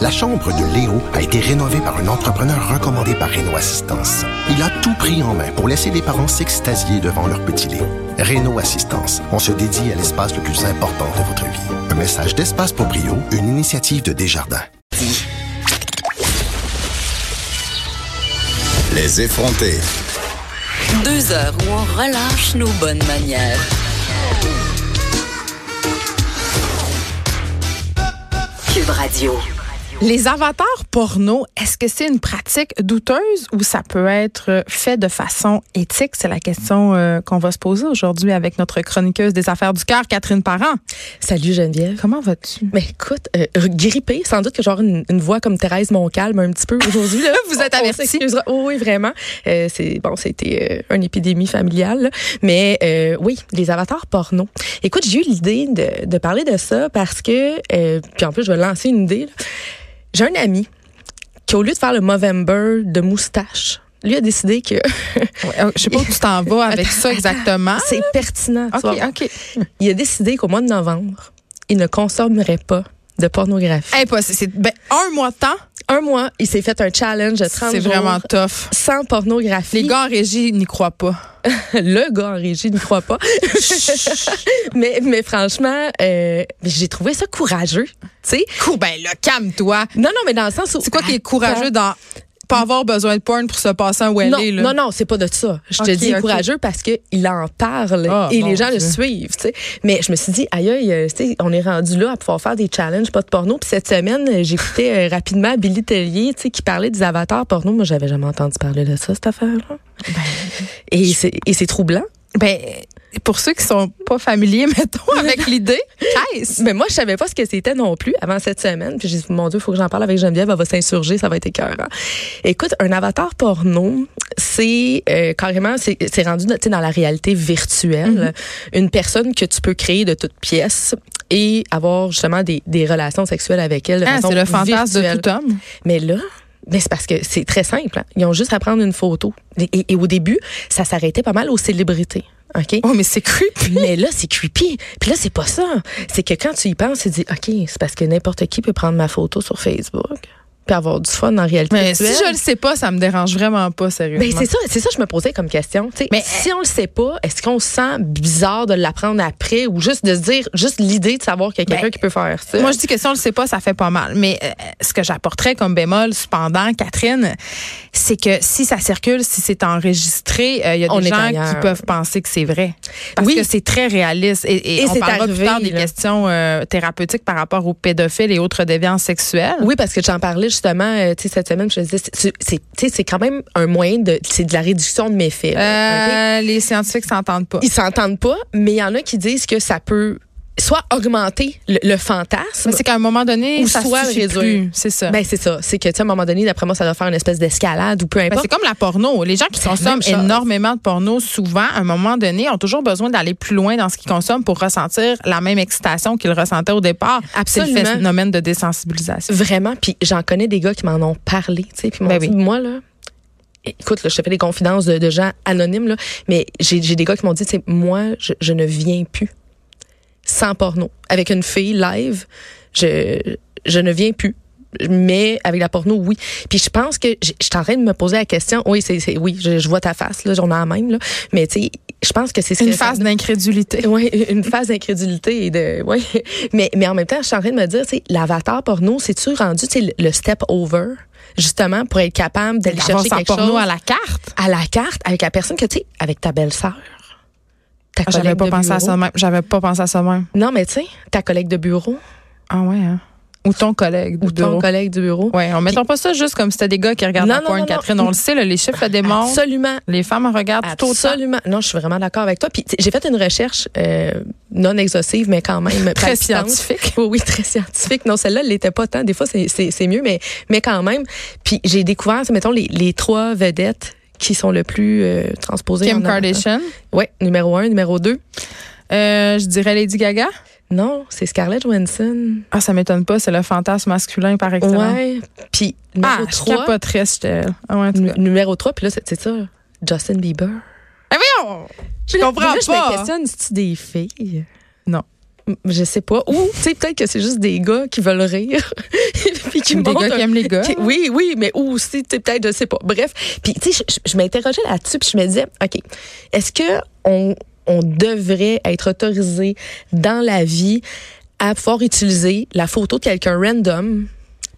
La chambre de Léo a été rénovée par un entrepreneur recommandé par Renault Assistance. Il a tout pris en main pour laisser les parents s'extasier devant leur petit Léo. Renault Assistance, on se dédie à l'espace le plus important de votre vie. Un message d'espace pour Brio, une initiative de Desjardins. Les effrontés. Deux heures où on relâche nos bonnes manières. Cube Radio. Les avatars porno, est-ce que c'est une pratique douteuse ou ça peut être fait de façon éthique? C'est la question euh, qu'on va se poser aujourd'hui avec notre chroniqueuse des affaires du cœur, Catherine Parent. Salut Geneviève. Comment vas-tu? Mais écoute, euh, grippée, sans doute que j'aurai une, une voix comme Thérèse Moncalme un petit peu aujourd'hui. là. Vous êtes On- on avertis. s'excusera. Oh, oui, vraiment. Euh, c'est bon, c'était euh, une épidémie familiale, là. mais euh, oui, les avatars porno. Écoute, j'ai eu l'idée de, de parler de ça parce que, euh, puis en plus, je vais lancer une idée. là. J'ai un ami qui, au lieu de faire le Movember de moustache, lui a décidé que Ouais, euh, je sais pas où tu t'en vas avec ça exactement. c'est pertinent. tu Ah! OK, vas voir. OK. Il a décidé qu'au mois de novembre, il ne consommerait pas de pornographie. Impossible. C'est- Ben, un mois de temps, un mois, il s'est fait un challenge de 30 c'est jours vraiment tough. sans pornographie. Les gars en régie n'y croient pas. le gars en régie ne croit pas. mais, mais franchement, euh, j'ai trouvé ça courageux, tu sais. Cou- ben là, calme-toi. Non, non, mais dans le sens où... C'est quoi qui est courageux dans pas avoir besoin de porn pour se passer un non, wellé, là? non, non, c'est pas de ça. Je te Ok, dis ok. courageux parce que il en parle Ah, et mon les gens le Dieu. suivent. tu sais. Mais je me suis dit, aïe, aïe, euh, tu sais, on est rendu là à pouvoir faire des challenges, pas de porno. Puis cette semaine, euh, j'écoutais euh, rapidement Billy Tellier tu sais, qui parlait des avatars porno. Moi, j'avais jamais entendu parler de ça, cette affaire-là. Et c'est- et c'est troublant. Ben, pour ceux qui sont pas familiers, mettons, avec l'idée, qu'est-ce? Mais moi, je savais pas ce que c'était non plus avant cette semaine. Puis j'ai dit, mon Dieu, il faut que j'en parle avec Geneviève, elle va s'insurger, ça va être écœurant. Écoute, un avatar porno, c'est euh, carrément, c'est c'est rendu tu sais, dans la réalité virtuelle. Mm-hmm. Une personne que tu peux créer de toutes pièces et avoir justement des, des relations sexuelles avec elle. de Ah, façon c'est le fantasme virtuelle. de tout homme. Mais là, ben c'est parce que c'est très simple. hein. Ils ont juste à prendre une photo. Et, et- et au début, ça s'arrêtait pas mal aux célébrités. OK? Oh, mais c'est creepy. Mais là, c'est creepy. Puis là, c'est pas ça. C'est que quand tu y penses, tu te dis, OK, c'est parce que n'importe qui peut prendre ma photo sur Facebook puis avoir du fun en réalité Mais si virtuelle. je le sais pas, ça me dérange vraiment pas, Ben, sérieusement. c'est ça, c'est ça que je me posais comme question. tu sais. Mais- euh, si on le sait pas, est-ce qu'on se sent bizarre de l'apprendre après ou juste de se dire, juste l'idée de savoir qu'il y a quelqu'un Ben, qui peut faire ça? Moi, je dis que si on le sait pas, ça fait pas mal. Mais euh, ce que j'apporterais comme bémol, cependant, Catherine, c'est que si ça circule, si c'est enregistré, euh, il y a On des est gens ailleurs. qui peuvent penser que c'est vrai. Parce Oui. que c'est très réaliste. Et, et Et on c'est parlera arrivé, plus tard des là. questions euh, thérapeutiques par rapport aux pédophiles et autres déviants sexuels. Oui, parce que j'en parlais justement euh, tu sais, cette semaine. Je me disais, c'est- c'est- tu sais, c'est quand même un moyen de. C'est de la réduction de méfaits. là. OK? Euh, Les scientifiques s'entendent pas. Ils s'entendent pas, mais il y en a qui disent que ça peut soit augmenter le, le fantasme. Mais c'est qu'à un moment donné, Ou ça soit suffit réduire. plus. C'est ça. Ben, c'est ça. C'est que, tu sais, à un moment donné, d'après moi, ça doit faire une espèce d'escalade ou peu Ben, importe. c'est comme la porno. Les gens qui la consomment même chose. énormément de porno, souvent, à un moment donné, ont toujours besoin d'aller plus loin dans ce qu'ils consomment pour ressentir la même excitation qu'ils ressentaient au départ. C'est le Absolument. phénomène de désensibilisation. Vraiment. Puis j'en connais des gars qui m'en ont parlé, tu sais. Puis ils m'ont Ben dit, oui. moi, là, écoute, là, je te fais des confidences de, de gens anonymes, là, mais j'ai j'ai des gars qui m'ont dit, tu sais, moi, je, je ne viens plus sans porno. Avec une fille live, je, je ne viens plus. Mais avec la porno, oui. Puis je pense que j- je suis en train de me poser la question. Oui, c'est c'est- oui, je, je vois ta face, là, j'en ai la même, là. Mais tu sais, je pense que c'est ce Une que ça phase d'incrédulité. Oui, une phase d'incrédulité et de. Ouais. Mais, mais en même temps, je suis en train de me dire, tu sais, l'avatar porno, c'est-tu rendu tu sais, le- le step over, justement, pour être capable d'aller D'avoir chercher son quelque porno chose à la carte. à la carte avec la personne que tu sais, avec ta belle-sœur. ta Ah, J'avais collègue pas de pensé à bureau. ça de même. J'avais pas pensé à ça de même. Non, mais tu sais, ta collègue de bureau Ah ouais, hein. Ou ton collègue. ou ton collègue du bureau. Oui, on mettons pas ça juste comme si c'était des gars qui regardent Non, la non, porn, non, non. Catherine. On le sait, là, les chiffres le démontrent. Absolument. Les femmes en regardent Ah, tout autant. Absolument. Non, je suis vraiment d'accord avec toi. Puis tu sais, j'ai fait une recherche euh, non exhaustive, mais quand même Très palpitante. scientifique. Oui, oui, très scientifique. Non, celle-là, elle l'était pas tant. Des fois, c'est- c'est c'est mieux, mais mais quand même. Puis j'ai découvert, mettons les, les trois vedettes qui sont le plus euh, transposées. Kim en avant. Kardashian. Ouais, numéro un, numéro deux. Euh, je dirais Lady Gaga. Non, c'est Scarlett Johansson. Ah, ça m'étonne pas, c'est le fantasme masculin par excellence. Ouais. Puis Ah, numéro je trois. capoterais si j'étais elle. Ah ouais, en tout nu- cas. Numéro trois. Puis là, c'est c'est ça. Justin Bieber. Mais Ah, voyons! Je Puis là- comprends là, Je me pas. questionne, c'est-tu des filles? Non. je sais pas. Ou, tu sais, peut-être que c'est juste des gars qui veulent rire. puis qui Des montrent gars qui un- aiment les gars. qui- oui, oui, mais ou aussi, tu sais, peut-être, je sais pas. Bref. Puis, tu sais, je, je- je m'interrogeais là-dessus, puis je me disais, OK, est-ce que on, on devrait être autorisé dans la vie à pouvoir utiliser la photo de quelqu'un random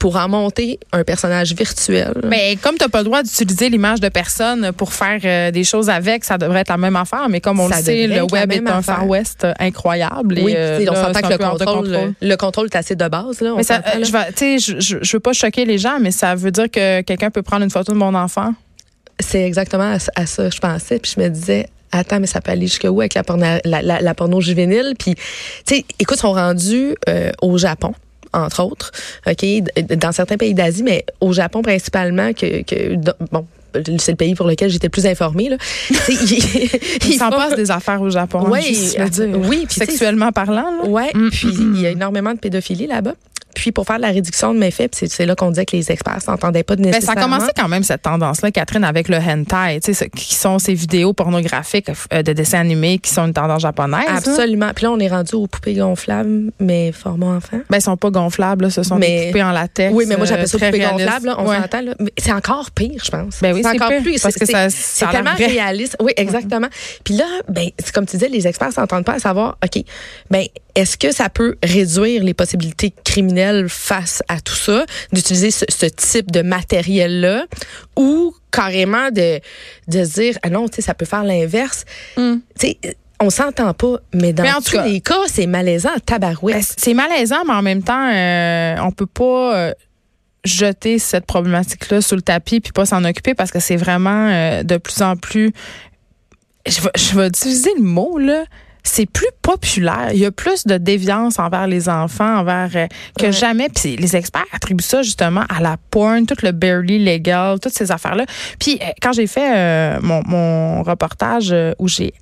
pour en monter un personnage virtuel? Mais comme t'as pas le droit d'utiliser l'image de personne pour faire euh, des choses avec, ça devrait être la même affaire. Mais comme on Ça le sait, devrait le être la web est même un affaire. Far West euh, incroyable. oui, et, euh, tu sais, on là, s'entend c'est que un le peu hors de contrôle, le contrôle est assez de base. Là, on Mais ça, s'entend, euh, là. je vais- tu sais, je, je, je veux pas choquer les gens, mais ça veut dire que quelqu'un peut prendre une photo de mon enfant. C'est exactement à, à ça que je pensais. Puis je me disais, attends, mais ça peut aller jusqu'où avec la porno, la, la- la porno juvénile? Puis, tu sais, écoute, ils sont rendus euh, au Japon entre autres, ok, d- dans certains pays d'Asie, mais au Japon principalement, que, que dans- bon, c'est le pays pour lequel j'étais plus informée là. Tu sais, ils, Il ils s'en font- passe des affaires au Japon. hein, Ouais, juste se le dire. oui, puis tu sais, sexuellement Mm, parlant. là. Ouais, puis il y a énormément de pédophilie là-bas. Puis pour faire de la réduction de méfaits, puis c'est- c'est là qu'on disait que les experts s'entendaient pas de Mais Ben, ça nécessairement. a commencé quand même cette tendance-là, Catherine, avec le hentai, tu sais, ce- qui sont ces vidéos pornographiques euh, de dessins animés qui sont une tendance japonaise. hein. là. Absolument. Puis là, on est rendu aux poupées gonflables, mais format enfant. Ben, ils sont pas gonflables, là, ce sont Mais- des poupées en latex. Oui, mais moi, j'appelle ça euh, très poupée réaliste. gonflable. là. On Ouais. s'entend. là. Mais C'est encore pire, je pense. Ben oui, c'est encore pire, plus. parce C'est- que c'est- ça- ça c'est a l'air tellement vrai. réaliste. Oui, exactement. Puis là, ben, c'est comme tu disais, les experts s'entendent pas à savoir, OK, ben, est-ce que ça peut réduire les possibilités criminelles face à tout ça, d'utiliser ce, ce type de matériel-là, ou carrément de, de se dire, ah non, tu sais, ça peut faire l'inverse. Tu sais, on s'entend pas, mais dans Hmm. Mais en tout tous cas- les cas, c'est malaisant, Ben, tabarouette. c'est c'est malaisant, mais en même temps, euh, on peut pas euh, jeter cette problématique-là sous le tapis puis pas s'en occuper parce que c'est vraiment euh, de plus en plus. Je vais, je vais utiliser le mot là. C'est plus populaire. Il y a plus de déviance envers les enfants, envers euh, que Ouais. jamais. Puis les experts attribuent ça justement à la porn, tout le barely legal, toutes ces affaires-là. Puis euh, quand j'ai fait euh, mon, mon reportage euh, où j'ai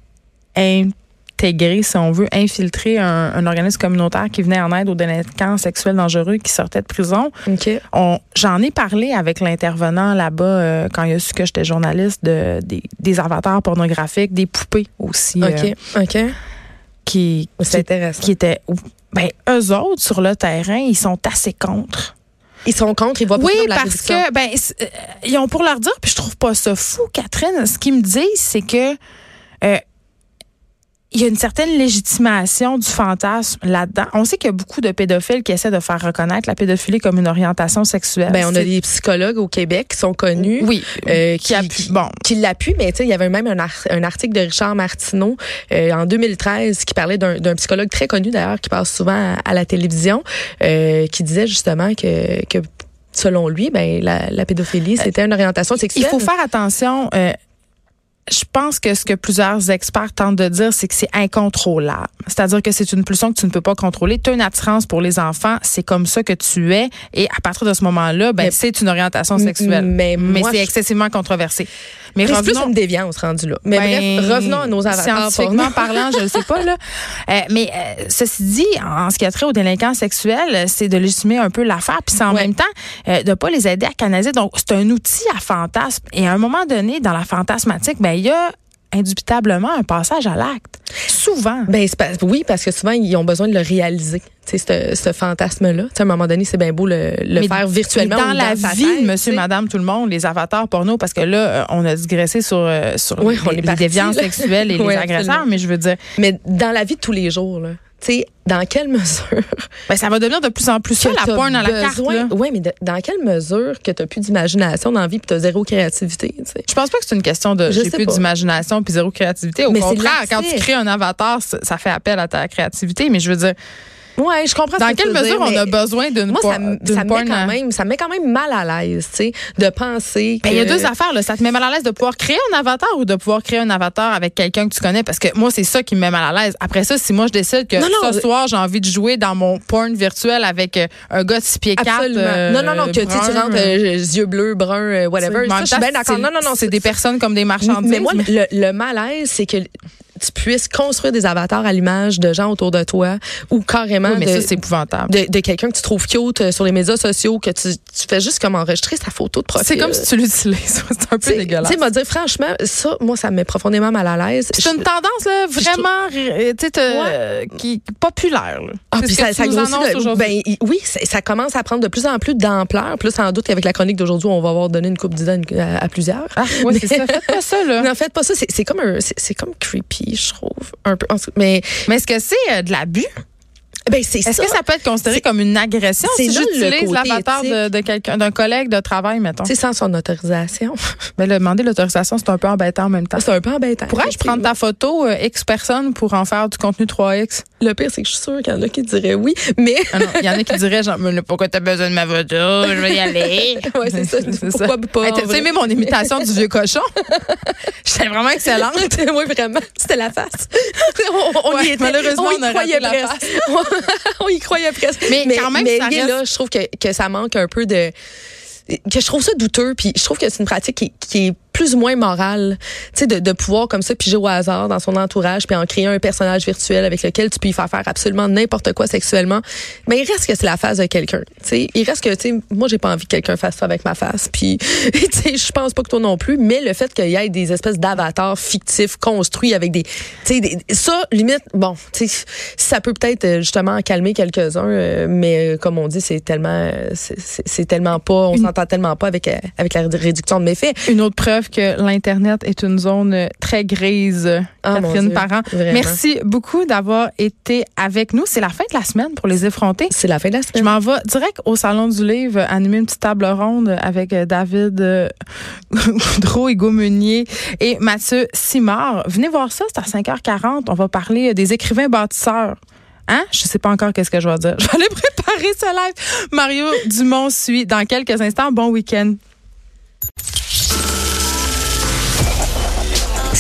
intégré, si on veut, infiltrer un, un organisme communautaire qui venait en aide aux délinquants sexuels dangereux qui sortaient de prison. OK. On- J'en ai parlé avec l'intervenant là-bas euh, quand il a su que j'étais journaliste de, des, des avatars pornographiques, des poupées aussi, euh, OK. OK. qui, C'est qui, intéressant. qui étaient... Ben, eux autres, sur le terrain, ils sont assez contre. Ils sont contre, ils voient pas Oui, ça comme la parce réduction. que ben c'est- euh, ils ont pour leur dire, puis je trouve pas ça fou, Catherine. Ce qu'ils me disent, c'est que euh, il y a une certaine légitimation du fantasme là-dedans. On sait qu'il y a beaucoup de pédophiles qui essaient de faire reconnaître la pédophilie comme une orientation sexuelle. Ben, on a C'est- des psychologues au Québec qui sont connus. oui, euh, qui, appuient. bon. qui l'appuient, mais tu sais, il y avait même un, ar- un article de Richard Martineau euh, en 2013 qui parlait d'un d'un psychologue très connu d'ailleurs qui passe souvent à, à la télévision, euh, qui disait justement que, que selon lui, ben la, la pédophilie c'était une orientation Euh, Il sexuelle. faut faire attention. euh, je pense que ce que plusieurs experts tentent de dire, c'est que c'est incontrôlable. C'est-à-dire que c'est une pulsion que tu ne peux pas contrôler. Tu as une attirance pour les enfants, c'est comme ça que tu es. Et à partir de ce moment-là, ben, Mais- c'est une orientation M- sexuelle. mais moi, c'est je- excessivement controversé. Mais C'est plus revenons, une déviance rendue là. Mais ben, bref, revenons à nos avatars. Scientifiquement porno. parlant, je ne sais pas. Là. Euh, mais euh, ceci dit, en, en ce qui a trait aux délinquants sexuels, euh, c'est de légitimer un peu l'affaire, puis c'est en Ouais. même temps euh, de ne pas les aider à canaliser. Donc, c'est un outil à fantasme. Et à un moment donné, dans la fantasmatique, ben, il y a indubitablement un passage à l'acte. Souvent. Ben, c'est pas- oui, parce que souvent, ils ont besoin de le réaliser, tu sais, ce, ce fantasme-là. Tu sais, à un moment donné, c'est bien beau le, le Mais- faire virtuellement. mais dans ou la sa vie, tête, de tu monsieur, sais. madame, tout le monde, les avatars porno, parce que là, euh, on a digressé sur, euh, sur Oui, on est les, les parti, déviances là. sexuelles et Oui, les agresseurs, absolument. mais je veux dire, Mais dans la vie de tous les jours, là. Tu sais, dans quelle mesure ben, ça va devenir de plus en plus ça, la porn dans la carte. là. Oui, mais de- dans quelle mesure que t'as plus d'imagination dans la vie puis t'as zéro créativité, tu sais? Je pense pas que c'est une question de Je j'ai sais plus pas. d'imagination puis zéro créativité. Au Mais c'est contraire, quand tu l'accès. crées un avatar, ça ça fait appel à ta créativité. Mais je veux dire, Ouais, je comprends. ce dans Ah, que tu quelle veux mesure dire, on mais a besoin d'une Moi, por- ça, me- d'une ça me porn met quand à- même, ça me met quand même mal à l'aise, tu sais, de penser. Ben, Il y a que- deux affaires. Là. Ça te met mal à l'aise de pouvoir créer un avatar ou de pouvoir créer un avatar avec quelqu'un que tu connais. Parce que moi, c'est ça qui me met mal à l'aise. Après ça, si moi, je décide que Non, non, ce euh, soir, j'ai envie de jouer dans mon porn virtuel avec euh, un gars euh, de 6 pieds 4. Absolument. non, non, non, que tu sais, tu rentres euh, yeux bleus, bruns, euh, whatever. Ça, je suis bien d'accord. Non, non, non, C'est des personnes comme des marchandises. Mais moi, le, le malaise, c'est que tu puisses construire des avatars à l'image de gens autour de toi ou carrément Oui, mais de, ça, c'est épouvantable. de, de quelqu'un que tu trouves cute euh, sur les médias sociaux, que tu, tu fais juste comme enregistrer sa photo de profil. C'est comme si tu l'utilises. c'est un peu T'sais, dégueulasse. euh, Tu sais, m'a dire franchement, ça, moi, ça me met profondément mal à l'aise. C'est une Je- tendance là, vraiment euh, tu sais, te- euh, qui populaire. là. Ah, C'est puis ce que ça, tu ça nous grossit annonces de- aujourd'hui. ben, i- oui, ça, ça commence à prendre de plus en plus d'ampleur. Plus sans doute qu'avec la chronique d'aujourd'hui, on va avoir donné une coupe d'idées à une- à, à plusieurs. Ah, ouais, c'est ça. Faites pas ça, là. Mais en fait, pas ça. C'est c'est comme un, c'est c'est comme creepy, je trouve. Un peu. En tout- Mais Mais est-ce que c'est euh, de l'abus? ben c'est ça. Est-ce que ça peut être considéré c'est- comme une agression c'est si là le j'utilise côté l'avatar de, de quelqu'un, d'un collègue de travail, mettons? C'est sans son autorisation. Mais le demander l'autorisation, c'est un peu embêtant en même temps. C'est un peu embêtant. Pourrais-je prendre ta photo euh, X personne pour en faire du contenu 3X? Le pire, c'est que je suis sûre qu'il y en a qui diraient oui, mais Ah non, Il y en a qui diraient, genre, Mais là, pourquoi t'as besoin de ma photo? Je vais y aller. Ouais, c'est ça. Pourquoi pas, Hey, T'as en t'as vrai? aimé mon imitation du vieux cochon? J'étais vraiment excellente. oui, vraiment. C'était la face. on, on Ouais, y était. malheureusement, on y on a croyait raté la presque. on y croyait presque. Mais quand même, ça lié reste- là, je trouve que, que ça manque un peu de que je trouve ça douteux puis je trouve que c'est une pratique qui, qui est plus ou moins morale tu sais de, de pouvoir comme ça piger au hasard dans son entourage puis en créer un personnage virtuel avec lequel tu peux y faire faire absolument n'importe quoi sexuellement mais il reste que c'est la face de quelqu'un tu sais il reste que tu sais moi j'ai pas envie que quelqu'un fasse ça avec ma face puis tu sais je pense pas que toi non plus mais le fait qu'il y ait des espèces d'avatars fictifs construits avec des tu sais des- ça limite bon tu sais ça peut peut-être euh, justement en calmer quelques-uns euh, mais euh, comme on dit c'est tellement euh, c'est- c'est c'est tellement pas on s'entend tellement pas avec euh, avec la réduction de méfaits Une autre preuve que l'Internet est une zone euh, très grise, Ah, mon Catherine Dieu, Parent. vraiment. Merci beaucoup d'avoir été avec nous. C'est la fin de la semaine pour les effrontés. c'est la fin de la Je semaine m'en vais direct au Salon du Livre euh, animer une petite table ronde avec euh, David euh, Goudreau et Gaumeunier et Mathieu Simard. Venez voir ça, c'est à 5h40. On va parler euh, des écrivains bâtisseurs. Hein? Je sais pas encore qu'est-ce que je vais dire. Je vais aller préparer ce live. Mario Dumont suit dans quelques instants. Bon week-end.